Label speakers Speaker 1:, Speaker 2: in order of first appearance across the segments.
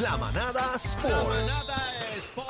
Speaker 1: La manada
Speaker 2: La
Speaker 1: Sport.
Speaker 2: manada Sport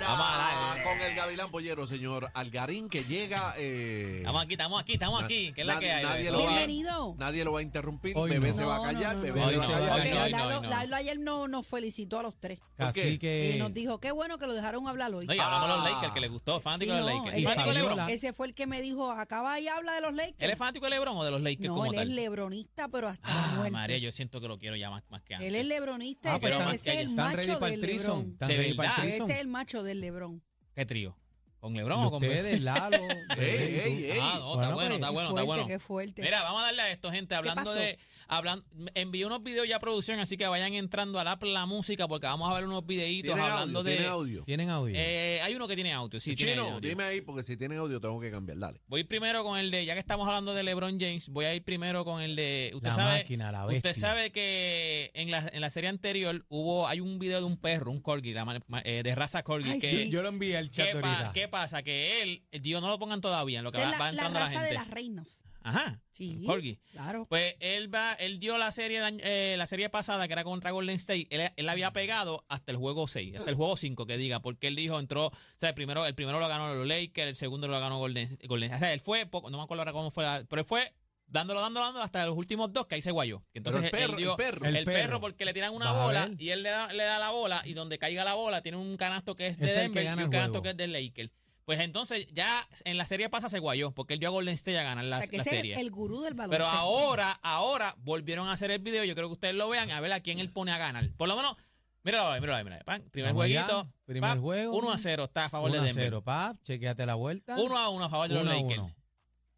Speaker 3: Vamos a darle.
Speaker 2: con el Gavilán Pollero, señor Algarín, que llega. eh,
Speaker 3: Estamos aquí, estamos aquí, estamos
Speaker 2: na-
Speaker 3: aquí. ¿Qué es la
Speaker 2: nadie-
Speaker 3: que hay?
Speaker 2: Nadie
Speaker 3: bebé?
Speaker 2: lo, va,
Speaker 4: Bienvenido.
Speaker 2: nadie lo va a interrumpir.
Speaker 5: Hoy
Speaker 2: bebé
Speaker 5: no.
Speaker 2: se va a callar.
Speaker 4: No, no,
Speaker 2: bebé
Speaker 3: no.
Speaker 2: se va a
Speaker 3: Hoy no,
Speaker 2: callar.
Speaker 3: hoy
Speaker 4: Porque
Speaker 3: no, hoy
Speaker 4: Lalo,
Speaker 3: no.
Speaker 4: Lalo ayer no, nos felicitó a los tres.
Speaker 5: Así
Speaker 4: Y
Speaker 5: que
Speaker 4: nos dijo, qué bueno que lo dejaron hablar hoy.
Speaker 3: No, y hablamos de
Speaker 2: Ah.
Speaker 3: los Lakers, que le gustó.
Speaker 4: Sí,
Speaker 3: Fanático
Speaker 4: no,
Speaker 3: de los Lakers.
Speaker 4: ese-
Speaker 3: Fanático de
Speaker 5: Fabiola.
Speaker 3: LeBron.
Speaker 4: Ese fue el que me dijo, acaba y habla de los
Speaker 3: ¿Él
Speaker 4: Lakers.
Speaker 3: es fanático de LeBron o de los Lakers
Speaker 4: no,
Speaker 3: como
Speaker 4: él es
Speaker 3: tal?
Speaker 4: lebronista, pero hasta la
Speaker 3: Ah,
Speaker 4: muerte.
Speaker 3: María, yo siento que lo quiero ya más, más que antes.
Speaker 4: Él es lebronista,
Speaker 5: Ah,
Speaker 4: ese,
Speaker 3: pero más
Speaker 4: ese
Speaker 3: que
Speaker 4: es el
Speaker 3: allá.
Speaker 5: están ready
Speaker 4: macho
Speaker 5: para
Speaker 4: del
Speaker 5: el trison.
Speaker 4: Lebrón.
Speaker 5: Están
Speaker 3: De
Speaker 5: ready para el
Speaker 3: verdad.
Speaker 5: trison.
Speaker 4: Ese es el macho del Lebrón.
Speaker 3: ¿Qué trío? ¿Con LeBron o con
Speaker 5: Ustedes, Lalo.
Speaker 2: Ey,
Speaker 5: Bebé y tú.
Speaker 2: ey, ey.
Speaker 3: Ah, no,
Speaker 5: Bueno,
Speaker 3: está bueno, está
Speaker 5: pues,
Speaker 4: Qué
Speaker 3: bueno, está
Speaker 4: fuerte,
Speaker 3: bueno.
Speaker 4: qué fuerte.
Speaker 3: Mira, vamos a darle a esto, gente. Hablando
Speaker 4: pasó?
Speaker 3: de. Hablando, envié unos videos ya a producción, así que vayan entrando al app La Música porque vamos a ver unos videitos
Speaker 2: ¿Tiene
Speaker 3: hablando
Speaker 2: audio?
Speaker 3: de.
Speaker 2: ¿Tiene audio?
Speaker 5: Tienen audio.
Speaker 3: Eh, hay uno que tiene audio, sí, tiene
Speaker 2: Chino,
Speaker 3: audio.
Speaker 2: dime ahí, porque si tienen audio tengo que cambiar. Dale.
Speaker 3: Voy primero con el de, ya que estamos hablando de LeBron James, voy a ir primero con el de. Usted
Speaker 5: La
Speaker 3: sabe,
Speaker 5: máquina, la
Speaker 3: usted
Speaker 5: bestia.
Speaker 3: sabe que en la, en la serie anterior hubo, hay un video de un perro, un corgi, la ma- ma- eh, de raza corgi.
Speaker 4: Ay,
Speaker 3: que,
Speaker 4: sí.
Speaker 5: Yo lo envié al chat
Speaker 3: ¿qué, pa-
Speaker 5: ahorita.
Speaker 3: qué pasa? Que él, Dios no lo pongan todavía, en lo que
Speaker 4: Esa es
Speaker 3: va,
Speaker 4: la,
Speaker 3: va
Speaker 4: la
Speaker 3: entrando la,
Speaker 4: raza de
Speaker 3: gente.
Speaker 4: las reinas.
Speaker 3: Ajá.
Speaker 4: Sí,
Speaker 3: un corgi.
Speaker 4: claro.
Speaker 3: Pues él va, él dio la serie el año- eh, la serie pasada que era contra Golden State, él, él había pegado hasta el juego 6, hasta el juego 5 que diga, porque él dijo, entró, o sea, el primero, el primero lo ganó los Lakers, el segundo lo ganó Golden, Golden State. O sea, él fue poco, no me acuerdo ahora cómo fue, la- pero él fue dándolo, dándolo, dándolo hasta los últimos dos que ahí se guayó. Que Entonces
Speaker 2: Pero el
Speaker 3: él
Speaker 2: perro,
Speaker 3: dio-
Speaker 2: el perro.
Speaker 3: el
Speaker 5: El
Speaker 3: perro,
Speaker 5: perro.
Speaker 3: porque le tiran una
Speaker 5: Vas a
Speaker 3: bola
Speaker 5: ver.
Speaker 3: y él le da, le da la bola y donde caiga la bola tiene un canasto que es de
Speaker 5: Es el que
Speaker 3: Denver y
Speaker 5: gana
Speaker 3: un
Speaker 5: el
Speaker 3: canasto
Speaker 5: juego.
Speaker 3: que es de Lakers. Pues entonces ya en la serie pasada se guayó, porque él dio a Golden State a ganar la,
Speaker 4: o sea, que
Speaker 3: la
Speaker 4: ese es el-
Speaker 3: serie.
Speaker 4: el gurú del
Speaker 3: Pero
Speaker 4: baloncesto.
Speaker 3: ahora, ahora volvieron a hacer el video. Yo creo que ustedes lo vean a ver a quién él pone a ganar. Por lo menos, míralo ahí, míralo ahí, míralo ahí. Pan, Primer
Speaker 5: Vamos allá,
Speaker 3: jueguito.
Speaker 5: primer juego.
Speaker 3: 1 a 0 está a favor de
Speaker 5: 1 a
Speaker 3: Denver.
Speaker 5: 0, pap. Chequeate la vuelta.
Speaker 3: 1 a 1 a favor de los
Speaker 5: Uno a
Speaker 3: Lakers.
Speaker 5: uno.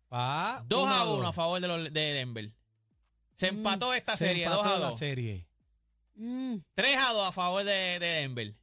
Speaker 5: Pa,
Speaker 3: 2
Speaker 5: uno
Speaker 3: a 1 a
Speaker 5: dos.
Speaker 3: favor de, los, de Denver. Se
Speaker 4: Mm,
Speaker 3: empató esta
Speaker 5: Se
Speaker 3: serie, 2
Speaker 5: empató
Speaker 3: a
Speaker 5: la
Speaker 3: 2.
Speaker 5: serie.
Speaker 4: Mm,
Speaker 3: 3 a 2 a favor de, de Denver.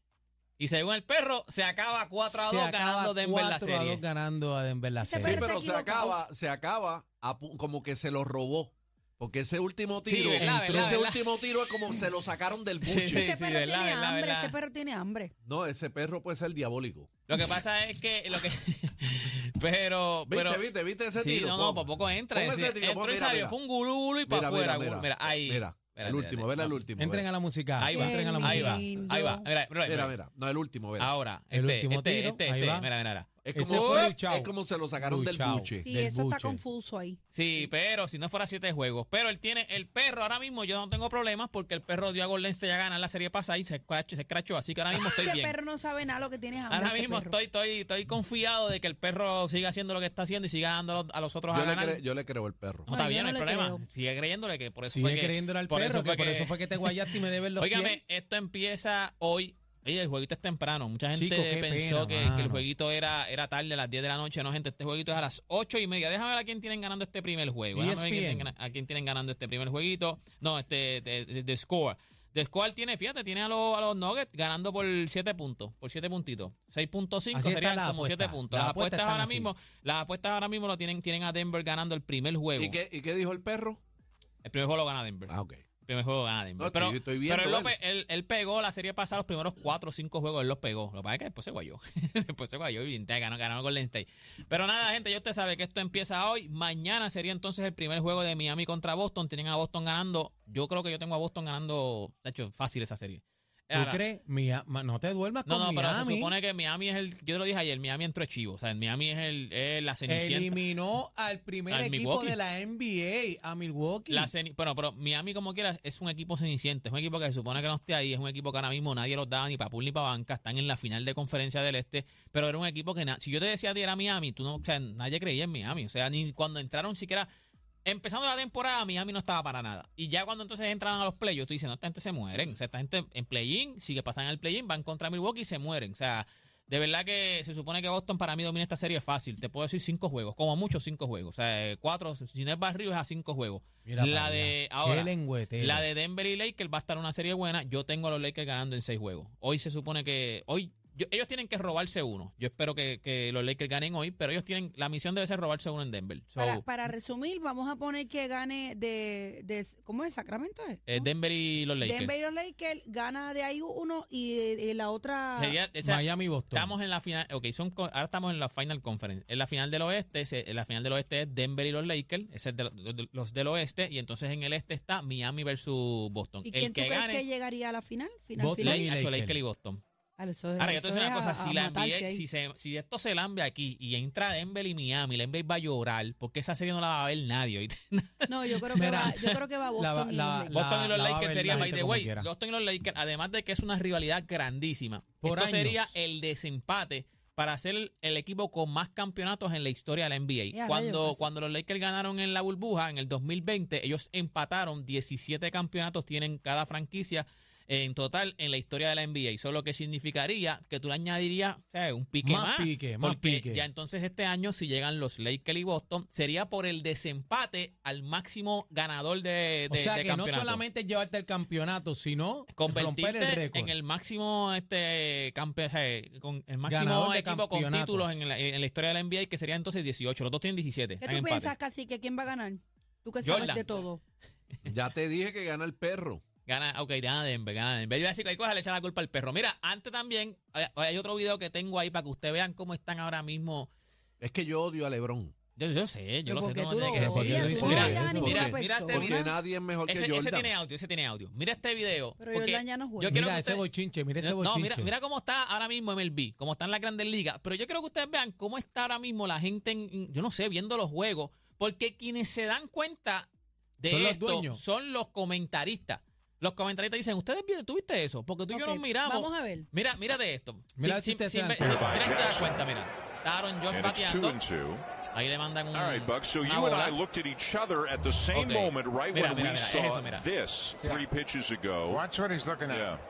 Speaker 3: Y según el perro, se acaba 4 a 2
Speaker 5: Se acaba
Speaker 3: ganando Denver la
Speaker 5: 4 a 2
Speaker 3: serie.
Speaker 5: ganando a Denver la
Speaker 4: Ese
Speaker 2: Sí,
Speaker 5: serie.
Speaker 4: perro-
Speaker 2: pero se
Speaker 4: está equivocado.
Speaker 2: acaba, se acaba a pu- como que se lo robó. Porque ese último
Speaker 3: Sí,
Speaker 2: tiro,
Speaker 3: verdad,
Speaker 2: entró-
Speaker 3: verdad,
Speaker 2: ese
Speaker 3: verdad.
Speaker 2: último tiro es como se lo sacaron del
Speaker 3: Sí,
Speaker 2: buche.
Speaker 3: sí,
Speaker 4: ese perro
Speaker 3: verdad,
Speaker 4: tiene
Speaker 3: verdad,
Speaker 4: hambre,
Speaker 3: verdad.
Speaker 4: ese perro tiene hambre.
Speaker 2: No, ese perro puede ser diabólico.
Speaker 3: Lo que pasa es que. Lo que pero.
Speaker 2: ¿Viste,
Speaker 3: pero
Speaker 2: viste, viste ese
Speaker 3: sí,
Speaker 2: tiro?
Speaker 3: no, no,
Speaker 2: Pon.
Speaker 3: por poco entra.
Speaker 2: Pon ese
Speaker 3: sí,
Speaker 2: tiro, pon,
Speaker 3: entró y
Speaker 2: mira,
Speaker 3: salió.
Speaker 2: mira.
Speaker 3: Fue un gurú y
Speaker 2: Mira,
Speaker 3: para afuera.
Speaker 2: mira,
Speaker 3: gurú.
Speaker 2: mira.
Speaker 3: Mira, ahí.
Speaker 2: Mira, el
Speaker 3: Espérate,
Speaker 2: último,
Speaker 3: espérate.
Speaker 2: vela el
Speaker 3: No.
Speaker 2: último.
Speaker 5: Entren
Speaker 2: vela.
Speaker 5: a la música.
Speaker 3: Ahí va,
Speaker 5: Entren a la
Speaker 4: Qué
Speaker 3: Ahí
Speaker 5: música.
Speaker 3: va,
Speaker 4: Lindo.
Speaker 3: ahí va. Mira,
Speaker 2: Mira,
Speaker 3: mira, mira.
Speaker 2: mira, no, el último, mira.
Speaker 3: Ahora,
Speaker 5: El
Speaker 3: este,
Speaker 5: último
Speaker 3: este,
Speaker 5: tiro,
Speaker 3: este,
Speaker 5: ahí
Speaker 3: este.
Speaker 5: va.
Speaker 3: Mira, mira, mira.
Speaker 2: Es
Speaker 5: Ese
Speaker 2: como,
Speaker 5: fue
Speaker 2: ¡Uep!
Speaker 5: luchao.
Speaker 2: es como se lo sacaron del
Speaker 5: Luchao.
Speaker 2: buche.
Speaker 4: Sí,
Speaker 5: Del
Speaker 4: eso está
Speaker 5: buche.
Speaker 4: confuso ahí.
Speaker 3: Sí, pero si no fuera siete juegos. Pero él tiene el perro. Ahora mismo yo no tengo problemas porque el perro dio a Golden State a ganar la serie pasada y se escrachó. Se escrachó así que ahora mismo estoy
Speaker 4: ese
Speaker 3: bien.
Speaker 4: perro no sabe nada lo que tiene hambre.
Speaker 3: Ahora
Speaker 4: ese
Speaker 3: mismo
Speaker 4: Ah, perro.
Speaker 3: estoy, estoy, estoy confiado de que el perro siga haciendo lo que está haciendo y siga dando a los- a los otros
Speaker 2: Yo
Speaker 3: a
Speaker 2: le,
Speaker 3: ganar.
Speaker 2: cre- yo le creo el perro.
Speaker 3: No, está
Speaker 4: Ay, yo
Speaker 3: bien, no
Speaker 4: no
Speaker 3: hay
Speaker 4: le
Speaker 3: problema.
Speaker 4: creo.
Speaker 3: Sigue creyéndole que por eso fue
Speaker 5: Sigue
Speaker 3: que-
Speaker 5: creyéndole al
Speaker 3: por
Speaker 5: perro,
Speaker 3: eso
Speaker 5: que por eso fue que te guayaste y me debes los 100.
Speaker 3: Óigame, esto empieza hoy. Oye, el jueguito es temprano. Mucha gente
Speaker 5: Chico, qué
Speaker 3: pensó
Speaker 5: pena,
Speaker 3: que- que, el
Speaker 5: mano.
Speaker 3: jueguito era, era tarde, a las 10 de la noche. No, gente, este jueguito es a las 8 y media. Déjame ver a quién tienen ganando este primer juego. Déjame ver quién
Speaker 5: ESPN.
Speaker 3: tienen gana- a quién tienen ganando este primer jueguito. No, este, de, de- de Score. The Score tiene, fíjate, tiene a los, a los Nuggets ganando por 7 puntos, por 7 puntitos. 6.5
Speaker 5: Así está
Speaker 3: serían
Speaker 5: la
Speaker 3: como
Speaker 5: apuesta.
Speaker 3: 7 puntos.
Speaker 5: Las
Speaker 3: Las apuestas
Speaker 5: apuestas están
Speaker 3: ahora
Speaker 5: así.
Speaker 3: mismo, las apuestas ahora mismo lo tienen, tienen a Denver ganando el primer juego.
Speaker 2: ¿Y qué, ¿Y qué dijo el perro?
Speaker 3: El primer juego lo gana Denver.
Speaker 2: Ah, ok.
Speaker 3: El primer juego gana Denver.
Speaker 2: No,
Speaker 3: pero
Speaker 2: estoy- estoy viendo,
Speaker 3: pero él, lo
Speaker 2: ¿vale?
Speaker 3: pe- él- él pegó la serie pasada, los primeros cuatro o cinco juegos, él los pegó. Lo que pasa es que después se guayó. después se guayó y bien, te ganó, ganó Golden State. Pero nada, gente, ya usted sabe que esto empieza hoy. Mañana sería entonces el primer juego de Miami contra Boston. Tienen a Boston ganando. Yo creo que yo tengo a Boston ganando, de hecho, fácil esa serie.
Speaker 5: ¿Tú
Speaker 3: Ahora,
Speaker 5: crees? Mia- ma- no te duermas
Speaker 3: No,
Speaker 5: con
Speaker 3: no, pero se
Speaker 5: Miami.
Speaker 3: supone que Miami es el, yo te lo dije ayer, Miami entró chivo. O sea, Miami es el, es la cenicienta.
Speaker 5: Eliminó al primer
Speaker 3: Al
Speaker 5: equipo
Speaker 3: Milwaukee.
Speaker 5: de la NBA, a Milwaukee.
Speaker 3: La ceni- bueno, pero Miami, como quiera, es un equipo ceniciente. Es un equipo que se supone que no esté ahí. Es un equipo que ahora mismo nadie los daba ni para pool ni para banca. Están en la final de conferencia del Este. Pero era un equipo que, na- si yo te decía que era Miami, tú no, o sea, nadie creía en Miami. O sea, ni cuando entraron siquiera. Empezando la temporada, Miami no estaba para nada. Y ya cuando entonces entran a los playoffs, tú dices, no, esta gente se mueren. O sea, esta gente en play-in, sigue pasando el play-in, van contra Milwaukee y se mueren. O sea, de verdad que se supone que Boston para mí domina esta serie fácil. Te puedo decir cinco juegos, como mucho cinco juegos. O sea, eh, cuatro, si no es barrio, es a cinco juegos.
Speaker 5: Mira
Speaker 3: la
Speaker 5: para
Speaker 3: de
Speaker 5: allá.
Speaker 3: ahora,
Speaker 5: Qué lengüetera.
Speaker 3: la de Denver y Lakers va a estar una serie buena. Yo tengo a los Lakers ganando en seis juegos. Hoy se supone que hoy yo- ellos tienen que robarse uno. Yo espero que, que los Lakers ganen hoy, pero ellos tienen, la misión debe ser robarse uno en Denver. So,
Speaker 4: Para, para resumir, vamos a poner que gane de, de ¿cómo es? Sacramento es.
Speaker 3: eh,
Speaker 4: ¿no?
Speaker 3: Denver y los Lakers.
Speaker 4: Denver y los Lakers gana de ahí uno y, eh, la otra
Speaker 3: Sería- o sea,
Speaker 5: Miami Boston.
Speaker 3: estamos en la final, ok, son, co- ahora estamos en la final conference. En la final del oeste, se- en la final del oeste es Denver y los Lakers, ese es de- de- los del oeste, y entonces en el este está Miami versus Boston.
Speaker 4: ¿Y
Speaker 3: el
Speaker 4: quién tú
Speaker 3: que
Speaker 4: crees
Speaker 3: gane,
Speaker 4: que llegaría a la final? Final,
Speaker 5: Boston.
Speaker 4: final.
Speaker 3: Lake-
Speaker 5: Lakers.
Speaker 3: Nacho, Lakers y Boston.
Speaker 4: Ah, eso es-
Speaker 3: Ahora, yo te
Speaker 4: eso
Speaker 3: voy a decir una
Speaker 4: es
Speaker 3: cosa.
Speaker 4: a-
Speaker 3: si,
Speaker 4: a
Speaker 3: la
Speaker 4: matarse
Speaker 3: NBA,
Speaker 4: ahí.
Speaker 3: si, se- si esto se lambia aquí y entra Denver y Miami, la NBA va a llorar porque esa serie no la va a ver nadie. ¿oíste?
Speaker 4: No, yo creo que
Speaker 5: Mira,
Speaker 4: va, yo creo que va
Speaker 5: la-
Speaker 4: Boston y
Speaker 5: la-
Speaker 4: los Lakers.
Speaker 3: Boston y los
Speaker 5: la va a
Speaker 3: Lakers
Speaker 5: ver
Speaker 3: sería,
Speaker 5: la
Speaker 3: by
Speaker 5: gente
Speaker 3: the
Speaker 5: como
Speaker 3: way,
Speaker 5: quiera.
Speaker 3: Boston y los Lakers, además de que es una rivalidad grandísima,
Speaker 5: Por
Speaker 3: esto sería
Speaker 5: años.
Speaker 3: el desempate para ser el, el equipo con más campeonatos en la historia de la NBA.
Speaker 4: Ya, rayos,
Speaker 3: cuando,
Speaker 4: casi.
Speaker 3: cuando los Lakers ganaron en la burbuja en el 2020, ellos empataron 17 campeonatos, tienen cada franquicia eh, en total en la historia de la NBA. Eso lo que significaría que tú le añadirías o sea, un pique
Speaker 5: Más
Speaker 3: más.
Speaker 5: pique, más
Speaker 3: porque
Speaker 5: pique.
Speaker 3: Ya entonces este año, si llegan los Lakers y Boston, sería por el desempate al máximo ganador de, de,
Speaker 5: o sea
Speaker 3: de
Speaker 5: que
Speaker 3: campeonato.
Speaker 5: no solamente es llevarte el campeonato, sino romper el
Speaker 3: Convertirte
Speaker 5: récord.
Speaker 3: en el máximo este campe- o sea, con el máximo
Speaker 5: Ganador de
Speaker 3: equipo con
Speaker 5: campeonatos.
Speaker 3: títulos en la, eh, en la historia de la NBA que sería entonces 18 los dos tienen 17
Speaker 4: ¿Qué
Speaker 3: están
Speaker 4: tú
Speaker 3: en empate.
Speaker 4: piensas, casi que quién va a ganar? Tú que
Speaker 3: Jordan.
Speaker 4: sabes de todo.
Speaker 2: Ya te dije que gana el perro.
Speaker 3: Gana, ok, gana Denver, gana Denver. Yo iba a decir que hay cosas le echan la culpa al perro. Mira, antes también hay, hay otro video que tengo ahí para que ustedes vean cómo están ahora mismo.
Speaker 2: Es que yo odio a Lebron.
Speaker 3: Yo, yo sé, yo
Speaker 4: Pero
Speaker 3: lo sé,
Speaker 4: porque
Speaker 3: tú no
Speaker 4: tú
Speaker 3: tienes
Speaker 4: lo
Speaker 3: que decir. Mira,
Speaker 5: odias, tú no
Speaker 3: mira,
Speaker 5: odias a
Speaker 2: ninguna
Speaker 3: mira este
Speaker 4: persona.
Speaker 2: Porque
Speaker 3: video.
Speaker 2: nadie es mejor
Speaker 3: Ese,
Speaker 2: que Jordan.
Speaker 3: ese tiene audio, ese tiene audio. Mira este video.
Speaker 4: Pero
Speaker 3: porque
Speaker 4: Jordan ya no juega.
Speaker 3: yo quiero
Speaker 5: mira
Speaker 3: que
Speaker 5: ese
Speaker 3: ustedes-
Speaker 5: bochinche, mira ese
Speaker 3: No,
Speaker 5: bochinche.
Speaker 3: mira, mira cómo está ahora mismo MLB, cómo están las grandes ligas. Pero yo quiero que ustedes vean cómo está ahora mismo la gente, en- yo no sé, viendo los juegos. Porque quienes se dan cuenta de
Speaker 5: Son los
Speaker 3: esto
Speaker 5: dueños.
Speaker 3: son los comentaristas. Los comentaristas dicen, ¿ustedes vieron, tuviste eso? Porque tú y
Speaker 4: Ok,
Speaker 3: yo nos miramos.
Speaker 4: Vamos a ver.
Speaker 3: Mira, mírate esto.
Speaker 5: Mira
Speaker 3: Si-
Speaker 5: si te
Speaker 3: si-
Speaker 5: dan
Speaker 3: si-
Speaker 5: cuenta.
Speaker 3: si- mira si te das cuenta, mira. Aaron Josh
Speaker 1: And it's two
Speaker 3: bateando.
Speaker 1: and two.
Speaker 3: Ahí le mandan un,
Speaker 1: All right, Buck. So
Speaker 3: una
Speaker 1: you and
Speaker 3: bola.
Speaker 1: I looked at each other at the same
Speaker 3: Okay.
Speaker 1: moment right
Speaker 3: Mira, mira,
Speaker 1: when we
Speaker 3: mira, es
Speaker 1: saw
Speaker 3: eso, mira.
Speaker 1: this
Speaker 6: Yeah.
Speaker 1: three pitches ago.
Speaker 6: Watch what he's looking at.
Speaker 1: Yeah.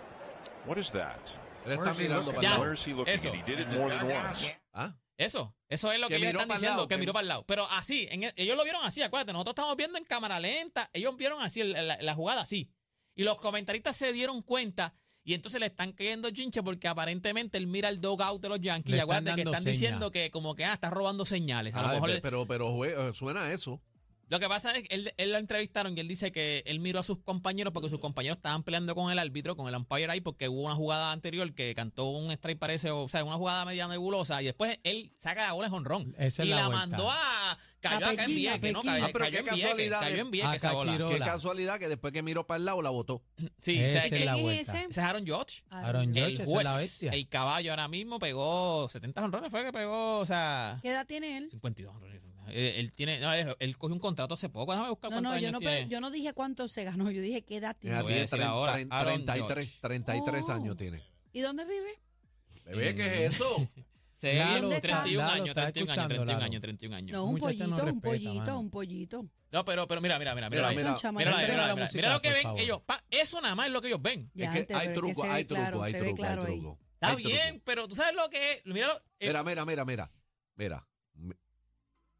Speaker 1: What is that?
Speaker 2: Él está
Speaker 6: Where's he
Speaker 2: mirando
Speaker 6: looking?
Speaker 2: para el
Speaker 3: Ya.
Speaker 1: Where
Speaker 2: lado.
Speaker 1: is he looking
Speaker 3: Eso.
Speaker 1: at? He did it more than once.
Speaker 2: ¿Ah?
Speaker 3: Eso, eso es lo que,
Speaker 2: Que
Speaker 3: ellos
Speaker 2: miró
Speaker 3: están
Speaker 2: pa'l
Speaker 3: diciendo,
Speaker 2: lado,
Speaker 3: que
Speaker 2: que-
Speaker 3: miró para el lado. Pero así, en el- ellos lo vieron así, acuérdate, nosotros estamos viendo en cámara lenta, ellos vieron así el- la, la jugada así. Y los comentaristas se dieron cuenta y entonces le están cayendo chinche porque aparentemente él mira el dogout de los Yankees
Speaker 5: Le
Speaker 3: y acuérdate
Speaker 5: están
Speaker 3: que
Speaker 5: dando
Speaker 3: están
Speaker 5: señas.
Speaker 3: diciendo que como que ah, está robando señales. A lo
Speaker 2: Ay,
Speaker 3: mejor
Speaker 2: pe-
Speaker 3: le-
Speaker 2: ah, pero, pero jue- eh, suena a eso.
Speaker 3: lo que pasa es que él, él lo entrevistaron y él dice que él miró a sus compañeros porque sus compañeros estaban peleando con el árbitro, con el umpire ahí, porque hubo una jugada anterior que cantó un strike, parece, o sea, una jugada media nebulosa y después él saca la bola en honrón.
Speaker 5: Esa es
Speaker 3: y
Speaker 5: la
Speaker 3: la,
Speaker 5: vuelta.
Speaker 3: mandó a. Cayó acá
Speaker 4: A
Speaker 3: en
Speaker 4: Pekín,
Speaker 3: Vieques,
Speaker 4: a
Speaker 3: ¿no?
Speaker 4: Pekín.
Speaker 3: Cayó,
Speaker 4: Ah,
Speaker 2: pero
Speaker 3: cayó
Speaker 2: qué
Speaker 3: en Vieques,
Speaker 2: casualidad
Speaker 3: cayó
Speaker 2: de-
Speaker 3: en Vieques
Speaker 5: a
Speaker 3: esa bola.
Speaker 5: Ah, Cachiro.
Speaker 2: Qué
Speaker 5: Hola.
Speaker 2: casualidad que después que miró para el lado la votó.
Speaker 3: Sí, o sea,
Speaker 5: Esa
Speaker 3: que-
Speaker 5: es la
Speaker 4: ¿Quién es
Speaker 5: vuelta.
Speaker 4: ese?
Speaker 3: ese es Aaron George.
Speaker 4: Ah,
Speaker 5: Aaron
Speaker 3: El
Speaker 5: George, esa es la
Speaker 3: juez,
Speaker 5: bestia.
Speaker 3: el caballo ahora mismo pegó 70 honrones, fue que pegó, o sea,
Speaker 4: ¿Qué edad tiene él?
Speaker 3: 52 honrones. Eh, Él tiene, no, él él cogió un contrato hace poco, déjame buscar
Speaker 4: No,
Speaker 3: cuántos
Speaker 4: no, yo
Speaker 3: años
Speaker 4: no, pe-
Speaker 3: tiene.
Speaker 4: yo no dije cuánto se ganó, yo dije qué edad
Speaker 2: Ella
Speaker 4: tiene.
Speaker 3: voy a
Speaker 2: tiene
Speaker 3: decir
Speaker 2: tre-
Speaker 3: ahora,
Speaker 2: tre-
Speaker 3: Aaron
Speaker 2: 33, 33
Speaker 4: Oh.
Speaker 2: años tiene.
Speaker 4: ¿Y dónde vive?
Speaker 2: Bebé, ¿qué
Speaker 3: Mm.
Speaker 2: es eso?
Speaker 3: Se ve
Speaker 5: Lalo,
Speaker 3: bien, 31
Speaker 5: Lalo,
Speaker 3: años,
Speaker 5: está
Speaker 3: 31 años,
Speaker 5: escuchando,
Speaker 3: 31
Speaker 5: Lalo.
Speaker 3: años, 31 años.
Speaker 4: No, un
Speaker 5: Muchacha
Speaker 4: pollito,
Speaker 5: no
Speaker 4: un
Speaker 5: respeta,
Speaker 4: pollito,
Speaker 5: mano.
Speaker 4: un pollito.
Speaker 3: No, pero, pero mira, mira, mira, mira.
Speaker 2: Mira,
Speaker 3: ahí.
Speaker 2: mira.
Speaker 4: Es un chamaco.
Speaker 3: Mira,
Speaker 5: Entrega
Speaker 3: mira, mira,
Speaker 5: la
Speaker 3: mira,
Speaker 5: música,
Speaker 3: mira lo que
Speaker 5: por
Speaker 3: ven
Speaker 5: favor.
Speaker 3: ellos. pa, eso nada más es lo que ellos ven.
Speaker 4: Ya,
Speaker 2: es que
Speaker 4: antes,
Speaker 2: hay
Speaker 4: pero es
Speaker 2: truco,
Speaker 4: se ve
Speaker 2: hay truco,
Speaker 4: claro,
Speaker 2: hay
Speaker 4: se ve
Speaker 2: truco, hay
Speaker 4: claro ahí.
Speaker 2: truco.
Speaker 3: Está
Speaker 2: Hay truco.
Speaker 3: bien, pero tú sabes lo que es. Mira, lo- eh,
Speaker 2: Mira, mira, mira, mira. Mira. Me-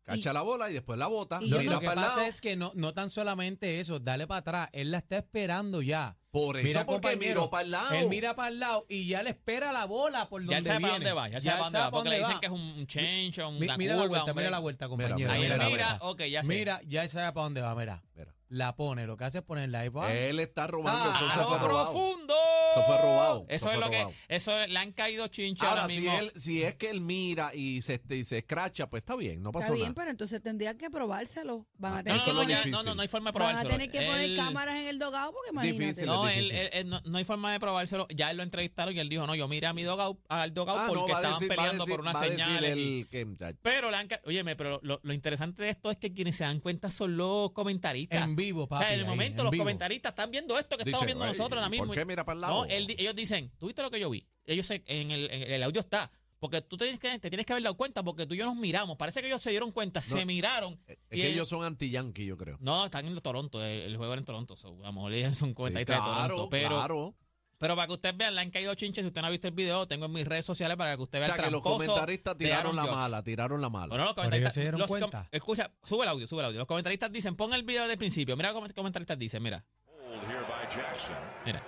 Speaker 2: Cacha la bola y después la bota.
Speaker 4: y
Speaker 5: No,
Speaker 4: yo
Speaker 2: mira
Speaker 5: lo que
Speaker 2: para el lado.
Speaker 5: pasa es que no, no tan solamente eso, dale para atrás, él la está esperando ya.
Speaker 2: por eso,
Speaker 5: Mira,
Speaker 2: porque
Speaker 5: compañero,
Speaker 2: miró para el lado.
Speaker 5: Él mira para el lado y ya le espera la bola por donde
Speaker 3: ya él sabe para
Speaker 5: viene.
Speaker 3: dónde va, ya él sabe para dónde
Speaker 5: él
Speaker 3: va. Porque le
Speaker 5: dónde
Speaker 3: dicen
Speaker 5: va.
Speaker 3: que es un- un change, o
Speaker 5: Mi-
Speaker 3: una
Speaker 5: mira
Speaker 3: curva,
Speaker 5: la vuelta,
Speaker 3: hombre.
Speaker 5: mira la vuelta, compañero.
Speaker 2: mira,
Speaker 3: Ahí
Speaker 2: mira
Speaker 3: él
Speaker 2: la
Speaker 3: mira,
Speaker 2: vuelta.
Speaker 3: ok, ya sé.
Speaker 5: Mira, ya él sabe para dónde va, mira.
Speaker 2: Mira.
Speaker 5: La pone, lo que hace es ponerla ahí para
Speaker 3: Eh,
Speaker 2: Él está robando.
Speaker 5: Ah,
Speaker 2: eso se
Speaker 3: ¡Claro,
Speaker 2: fue robado.
Speaker 3: profundo!
Speaker 2: Eso fue robado,
Speaker 3: Eso,
Speaker 2: eso
Speaker 3: es
Speaker 2: fue
Speaker 3: lo que.
Speaker 2: robado.
Speaker 3: Eso es- le han caído chinches ahora,
Speaker 2: Ahora, si,
Speaker 3: mismo.
Speaker 2: él, si es que él mira y se, este, y se escracha, pues está bien, no
Speaker 4: Está
Speaker 2: pasó
Speaker 4: bien,
Speaker 2: nada. Ah,
Speaker 4: pero entonces tendrían que probárselo. Van a
Speaker 3: no,
Speaker 4: tener
Speaker 3: no,
Speaker 2: eso
Speaker 4: que
Speaker 2: es lo
Speaker 3: no,
Speaker 4: poner,
Speaker 3: ya,
Speaker 2: difícil.
Speaker 3: no, no, no hay forma de
Speaker 4: van a
Speaker 3: probárselo.
Speaker 4: tener que poner
Speaker 3: Él-
Speaker 4: cámaras en el dogado porque imagínate.
Speaker 2: Difícil,
Speaker 3: No,
Speaker 2: es
Speaker 3: él,
Speaker 2: difícil.
Speaker 3: él- él no, no hay forma de probárselo. Ya él lo entrevistaron y él dijo, no, yo miré a mi dogout, al dogout
Speaker 2: Ah, no,
Speaker 3: porque
Speaker 2: va a
Speaker 3: estaban
Speaker 2: decir- va a
Speaker 3: peleando
Speaker 2: decir-
Speaker 3: por una
Speaker 2: va a decir
Speaker 3: señal. y-
Speaker 2: el que- ya,
Speaker 3: Pero le han ca- óyeme, pero lo, lo interesante de esto es que quienes se dan cuenta son los comentaristas.
Speaker 5: en vivo,
Speaker 3: o
Speaker 5: papi.
Speaker 3: sea, en el
Speaker 5: ahí,
Speaker 3: momento
Speaker 5: en
Speaker 3: los
Speaker 5: vivo.
Speaker 3: comentaristas están viendo esto que
Speaker 2: dice,
Speaker 3: estamos viendo
Speaker 2: "Ay,
Speaker 3: nosotros ahora mismo.
Speaker 2: ¿Por
Speaker 3: y-
Speaker 2: qué mira para el lado?
Speaker 3: no, él di- ellos dicen, ¿tú viste lo que yo vi? Ellos se- en, el, en el audio está. Porque tú te tienes, que, te tienes que haber dado cuenta porque tú y yo nos miramos. Parece que ellos se dieron cuenta, se miraron.
Speaker 2: eh, es
Speaker 3: y
Speaker 2: que
Speaker 3: él-
Speaker 2: ellos son anti-yankee, yo creo.
Speaker 3: No, están en Toronto, el, el juego era en Toronto. so, a lo mejor ellos son
Speaker 2: Sí,
Speaker 3: comentaristas de
Speaker 2: claro,
Speaker 3: Toronto. Pero,
Speaker 2: claro.
Speaker 3: Pero para que ustedes vean, le han caído chinches. Si usted no ha visto el video, tengo en mis redes sociales para que usted
Speaker 2: O
Speaker 3: vea
Speaker 2: sea, que
Speaker 3: el
Speaker 2: los
Speaker 3: tramposo
Speaker 2: comentaristas
Speaker 3: de
Speaker 2: tiraron
Speaker 3: Aaron
Speaker 2: la
Speaker 3: Judge.
Speaker 2: mala, tiraron la mala.
Speaker 3: Bueno, los
Speaker 5: ellos
Speaker 3: comentaristas.
Speaker 5: se dieron
Speaker 3: los com-
Speaker 5: cuenta.
Speaker 3: escucha, sube el audio, sube el audio. Los comentaristas dicen, pon el video del principio. Mira cómo los comentaristas dicen, mira, Eh,
Speaker 1: Hold here by Jackson.
Speaker 3: mira.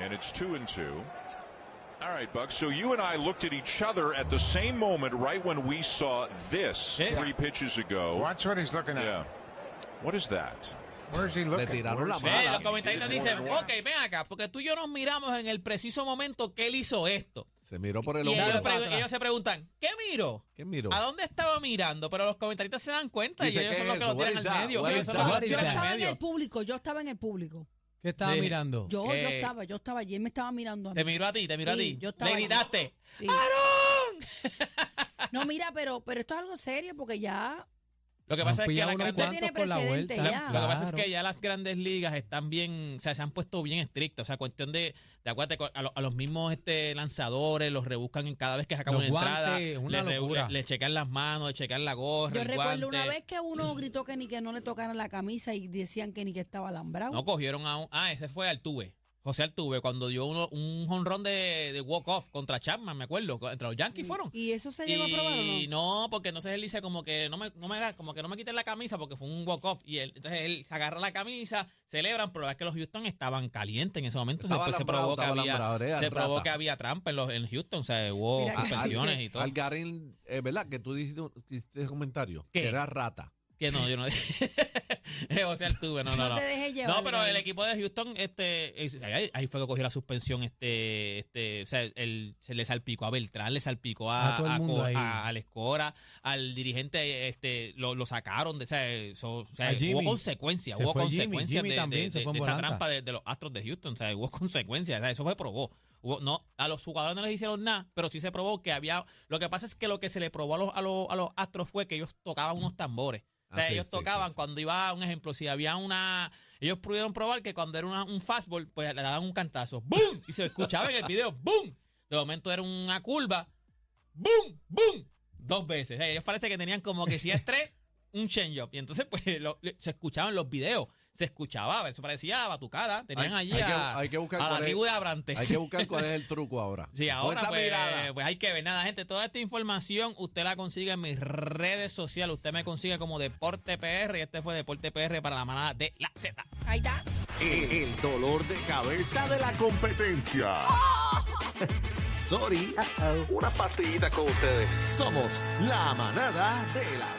Speaker 1: And it's two and two. All right, Buck. So you and I looked at each other at the same moment, right when we saw this
Speaker 3: Yeah.
Speaker 1: three pitches ago.
Speaker 6: Watch what he's looking at.
Speaker 1: Yeah. What is that?
Speaker 6: Where's he
Speaker 2: Le
Speaker 6: looking?
Speaker 2: tiraron la
Speaker 6: Where's he-
Speaker 3: Ve,
Speaker 2: mala.
Speaker 3: los comentaristas dicen, ok, ven acá, porque tú y yo nos miramos en el preciso momento que él hizo esto.
Speaker 2: Se miró por el
Speaker 3: y ellos,
Speaker 2: hombro.
Speaker 3: pre-
Speaker 5: para atrás.
Speaker 3: ellos Ah, se preguntan, ¿qué miro?
Speaker 2: ¿Qué miró?
Speaker 3: ¿A dónde estaba mirando? Pero los comentaristas se dan cuenta
Speaker 2: Dice,
Speaker 3: y ellos
Speaker 2: ¿qué
Speaker 3: son los
Speaker 2: es
Speaker 3: que lo
Speaker 2: eso? What
Speaker 3: tiran
Speaker 2: is
Speaker 3: al
Speaker 2: that?
Speaker 3: medio.
Speaker 2: What
Speaker 3: ellos
Speaker 2: is
Speaker 3: son
Speaker 5: that?
Speaker 3: los que
Speaker 5: What
Speaker 3: lo
Speaker 5: is
Speaker 4: Yo
Speaker 3: tiran
Speaker 5: that?
Speaker 3: al
Speaker 4: estaba en el
Speaker 3: medio.
Speaker 4: público, yo estaba en el público.
Speaker 5: ¿Qué estaba
Speaker 3: Sí.
Speaker 5: mirando?
Speaker 4: Yo, yo
Speaker 3: Eh.
Speaker 4: estaba, yo estaba allí, él me estaba mirando a mí.
Speaker 3: Te miró a ti, te miró
Speaker 4: Sí, yo
Speaker 3: a ti.
Speaker 4: estaba
Speaker 3: Le
Speaker 4: allí.
Speaker 3: gritaste,
Speaker 4: Sí.
Speaker 3: ¡Aarón!
Speaker 4: No, mira, pero, pero esto es algo serio porque ya
Speaker 3: Lo que
Speaker 5: Han
Speaker 3: pasa es que
Speaker 5: pillado
Speaker 3: la
Speaker 5: unos
Speaker 3: gran-
Speaker 4: carta-
Speaker 5: cuantos
Speaker 4: Tiene
Speaker 5: con la
Speaker 4: precedente
Speaker 5: vuelta.
Speaker 4: ya.
Speaker 3: Lo que pasa es
Speaker 5: Claro.
Speaker 3: que ya las grandes ligas están bien, o sea, se han puesto bien estrictas. O sea, cuestión de, de acuérdate, con- a, lo- a los mismos este, lanzadores los rebuscan en cada vez que sacan
Speaker 5: Los
Speaker 3: una entrada.
Speaker 5: guantes, una
Speaker 3: le, re-
Speaker 5: locura.
Speaker 3: le- le checan las manos, le checan la gorra.
Speaker 4: yo
Speaker 3: el
Speaker 4: recuerdo
Speaker 3: guante.
Speaker 4: una vez que uno gritó que ni que no le tocaran la camisa y decían que ni que estaba alambrado.
Speaker 3: No cogieron a un. Ah, ese fue Altuve. José Altuve, cuando dio uno, un jonrón de, de walk-off contra Chapman, me acuerdo. Contra los Yankees fueron.
Speaker 4: ¿Y eso se llegó a probar o
Speaker 3: Y
Speaker 4: no?
Speaker 3: no, porque entonces él dice como que no me, no me haga- como que no me quiten la camisa porque fue un walk off y él, entonces él se agarra la camisa, celebran, pero es que los Houston estaban calientes en ese momento,
Speaker 2: Estaba
Speaker 3: después Pues, se
Speaker 2: alambrado,
Speaker 3: probó que
Speaker 2: estaba
Speaker 3: había
Speaker 2: alambrado, era
Speaker 3: se probó
Speaker 2: rata. Ah,
Speaker 3: que había trampa en los en Houston, o sea, hubo
Speaker 4: Mira que
Speaker 3: suspensiones
Speaker 4: existe.
Speaker 3: y todo.
Speaker 2: Algarín, es eh, verdad que tú dijiste, hiciste comentario
Speaker 3: ¿Qué?
Speaker 2: que era rata.
Speaker 3: Que no, yo no. Eh, o sea, Altuve, no, no, no.
Speaker 4: te dejes llevar.
Speaker 3: No, pero
Speaker 4: Gaby.
Speaker 3: el equipo de Houston, este, es- ahí, ahí fue que cogió la suspensión, este, este, o sea, el- se le salpicó a Beltrán, le salpicó a,
Speaker 5: A todo el
Speaker 3: a
Speaker 5: mundo
Speaker 3: Co-
Speaker 5: ahí.
Speaker 3: a- al Escora, al dirigente, este, lo, lo sacaron, de, o sea, eso- o sea,
Speaker 5: A Jimmy.
Speaker 3: hubo consecuencias,
Speaker 5: Se
Speaker 3: hubo
Speaker 5: fue Jimmy,
Speaker 3: consecuencias
Speaker 5: Jimmy
Speaker 3: de- de,
Speaker 5: también se
Speaker 3: de-
Speaker 5: fue
Speaker 3: de
Speaker 5: en
Speaker 3: esa
Speaker 5: bonanza.
Speaker 3: trampa de, de los Astros de Houston, o sea, hubo consecuencias, o sea, eso se probó. Hubo- no, a los jugadores no les hicieron nada, pero sí se probó que había. Lo que pasa es que lo que se le probó a los, a los, a los astros fue que ellos tocaban unos tambores. O sea,
Speaker 2: Ah, sí,
Speaker 3: ellos
Speaker 2: sí, sí,
Speaker 3: tocaban
Speaker 2: sí.
Speaker 3: cuando iba, un ejemplo, si había una. Ellos pudieron probar que cuando era una- un fastball, pues le daban un cantazo. ¡Bum! Y se escuchaba en el video. ¡Bum! De momento era una curva. ¡Bum! ¡Bum! Dos veces. O sea, ellos parece que tenían como que si es tres, un change-up. Y entonces, pues, lo- lo- se escuchaban los videos. Se escuchaba. Eso parecía batucada. Tenían
Speaker 2: Hay-
Speaker 3: allí
Speaker 2: hay que-
Speaker 3: a,
Speaker 2: hay que buscar
Speaker 3: a la
Speaker 2: cuál es-
Speaker 3: tribu de Abrante.
Speaker 2: Hay que buscar cuál es el truco ahora.
Speaker 3: Sí,
Speaker 2: Con
Speaker 3: ahora
Speaker 2: esa
Speaker 3: pues,
Speaker 2: mirada.
Speaker 3: pues hay que ver nada, gente. Toda esta información usted la consigue en mis redes sociales. Usted me consigue como Deporte PR y este fue Deporte PR para la manada de la Z.
Speaker 4: Ahí está.
Speaker 7: E-, El dolor de cabeza de la competencia. Sorry. Una partidita con ustedes. Somos la manada de las.